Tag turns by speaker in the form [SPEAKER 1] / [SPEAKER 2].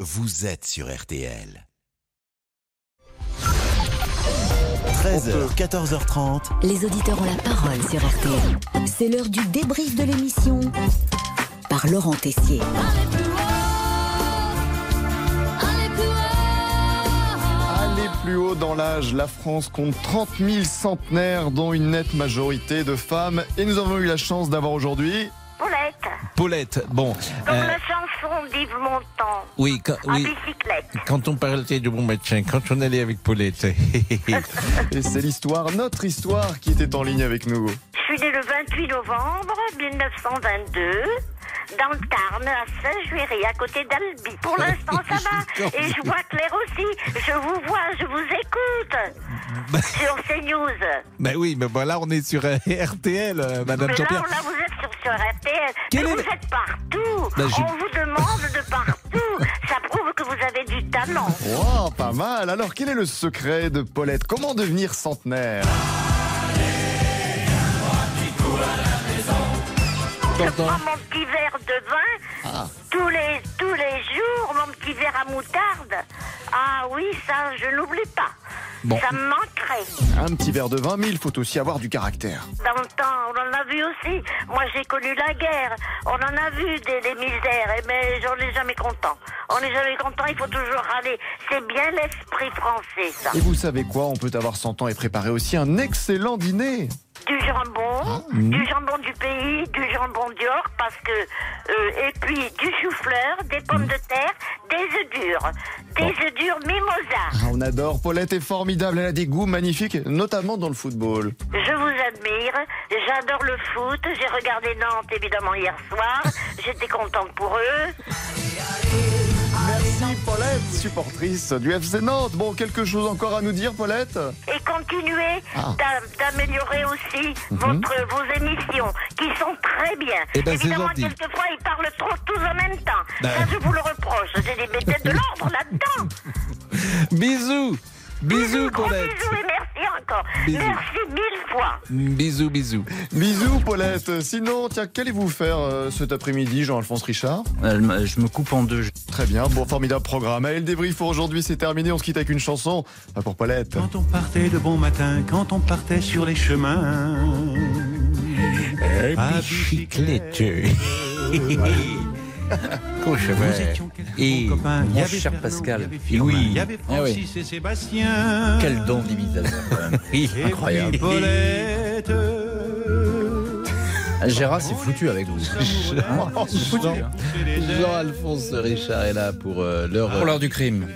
[SPEAKER 1] vous êtes sur RTL. 13h, 14h30.
[SPEAKER 2] Les auditeurs ont la parole sur RTL. C'est l'heure du débrief de l'émission par Laurent Tessier.
[SPEAKER 3] Aller plus haut dans l'âge, la France compte 30 000 centenaires, dont une nette majorité de femmes. Et nous avons eu la chance d'avoir aujourd'hui
[SPEAKER 4] Paulette,
[SPEAKER 5] Paulette, bon,
[SPEAKER 4] comme
[SPEAKER 5] euh,
[SPEAKER 4] la chanson d'Yves Montand,
[SPEAKER 5] oui, quand,
[SPEAKER 4] en
[SPEAKER 5] oui,
[SPEAKER 4] bicyclette.
[SPEAKER 5] quand on parlait du bon médecin, quand on allait avec Paulette,
[SPEAKER 3] Et c'est l'histoire, notre histoire, qui était en ligne avec nous.
[SPEAKER 4] Je suis née le 28 novembre 1922 dans le Tarn, à Saint-Juéry, à côté d'Albi. Pour l'instant, ça va. Et je vois clair aussi. Je vous vois, je vous
[SPEAKER 5] Bah.
[SPEAKER 4] écoute sur CNews.
[SPEAKER 5] ben oui, mais voilà, on est sur euh, RTL, euh, Madame
[SPEAKER 4] Mais là,
[SPEAKER 5] Jean-Pierre.
[SPEAKER 4] là, vous êtes sur, sur RTL.
[SPEAKER 5] Quel
[SPEAKER 4] Mais
[SPEAKER 5] est
[SPEAKER 4] vous
[SPEAKER 5] le-
[SPEAKER 4] êtes partout.
[SPEAKER 5] Bah, je-
[SPEAKER 4] On vous demande de partout. ça prouve que vous avez du talent.
[SPEAKER 3] Oh, pas mal. Alors, quel est le secret de Paulette Comment devenir centenaire
[SPEAKER 4] Je prends mon petit verre de vin tous, les, tous les jours, mon petit verre à moutarde. Ah oui, ça, je n'oublie pas.
[SPEAKER 5] Bon.
[SPEAKER 4] Ça me manquerait.
[SPEAKER 3] Un petit verre de vin, mais il faut aussi avoir du caractère.
[SPEAKER 4] Dans le temps, on en a vu aussi. Moi, j'ai connu la guerre. On en a vu des, des misères, eh, mais on n'est jamais content. On n'est jamais content, il faut toujours râler. C'est bien l'esprit français, ça.
[SPEAKER 3] Et vous savez quoi On peut avoir 100 ans et préparer aussi un excellent dîner.
[SPEAKER 4] Du
[SPEAKER 5] Ah,
[SPEAKER 4] jambon,
[SPEAKER 5] mm.
[SPEAKER 4] du jambon du pays, du jambon d'York, parce que. euh, et puis du chou-fleur, des pommes
[SPEAKER 5] Mm.
[SPEAKER 4] de terre, des œufs durs. Des œufs durs mimosa.
[SPEAKER 3] Ah, on adore. Paulette est formidable. Elle a des goûts magnifiques, notamment dans le football.
[SPEAKER 4] Je vous admire, j'adore le foot, j'ai regardé Nantes évidemment hier soir, j'étais contente pour eux.
[SPEAKER 3] Merci Paulette, supportrice du FC Nantes. Bon, quelque chose encore à nous dire, Paulette
[SPEAKER 4] Et continuez
[SPEAKER 3] Ah.
[SPEAKER 4] d'a- d'améliorer aussi votre, vos émissions, qui sont très bien.
[SPEAKER 5] Mm-hmm. Eh ben, c'est
[SPEAKER 4] évidemment,
[SPEAKER 5] gentil.
[SPEAKER 4] quelquefois, ils parlent trop tous en même temps.
[SPEAKER 5] Ben.
[SPEAKER 4] Ça, je vous le reproche, j'ai des bêtises de l'ordre là-dedans.
[SPEAKER 5] Bisous, bisous
[SPEAKER 4] gros
[SPEAKER 5] Paulette,
[SPEAKER 4] bisous et merci encore.
[SPEAKER 5] Bisous.
[SPEAKER 4] Merci mille fois.
[SPEAKER 5] bisous, bisous.
[SPEAKER 3] Bisous, Paulette. Sinon, tiens, qu'allez-vous faire euh, cet après-midi, Jean-Alphonse Richard
[SPEAKER 6] Elle me- Euh, Je me coupe en deux.
[SPEAKER 3] Très bien, bon, formidable programme. Allez, le débrief pour aujourd'hui, c'est terminé. On se quitte avec une chanson. Pas pour Paulette.
[SPEAKER 7] Quand on partait de bon matin, quand on partait sur les chemins. à bicyclette, nous étions quelques
[SPEAKER 6] Et
[SPEAKER 7] bons copains. Il y
[SPEAKER 6] mon
[SPEAKER 7] avait
[SPEAKER 6] cher
[SPEAKER 7] Fernand,
[SPEAKER 6] Pascal.
[SPEAKER 7] il y avait Firmin,
[SPEAKER 6] Oui.
[SPEAKER 7] il y avait
[SPEAKER 6] Ah oui.
[SPEAKER 7] Francis et Sébastien.
[SPEAKER 6] Quel don d'imitation. quand même.
[SPEAKER 7] Et
[SPEAKER 6] Incroyable.
[SPEAKER 7] puis Paulette.
[SPEAKER 6] Gérard, c'est foutu avec vous.
[SPEAKER 7] Amoureux d'un
[SPEAKER 6] Oh,
[SPEAKER 7] seul,
[SPEAKER 6] Jean-
[SPEAKER 7] c'est les ailes.
[SPEAKER 5] Jean-Alphonse Richard est là pour euh, l'heure.
[SPEAKER 6] Pour l'heure du crime.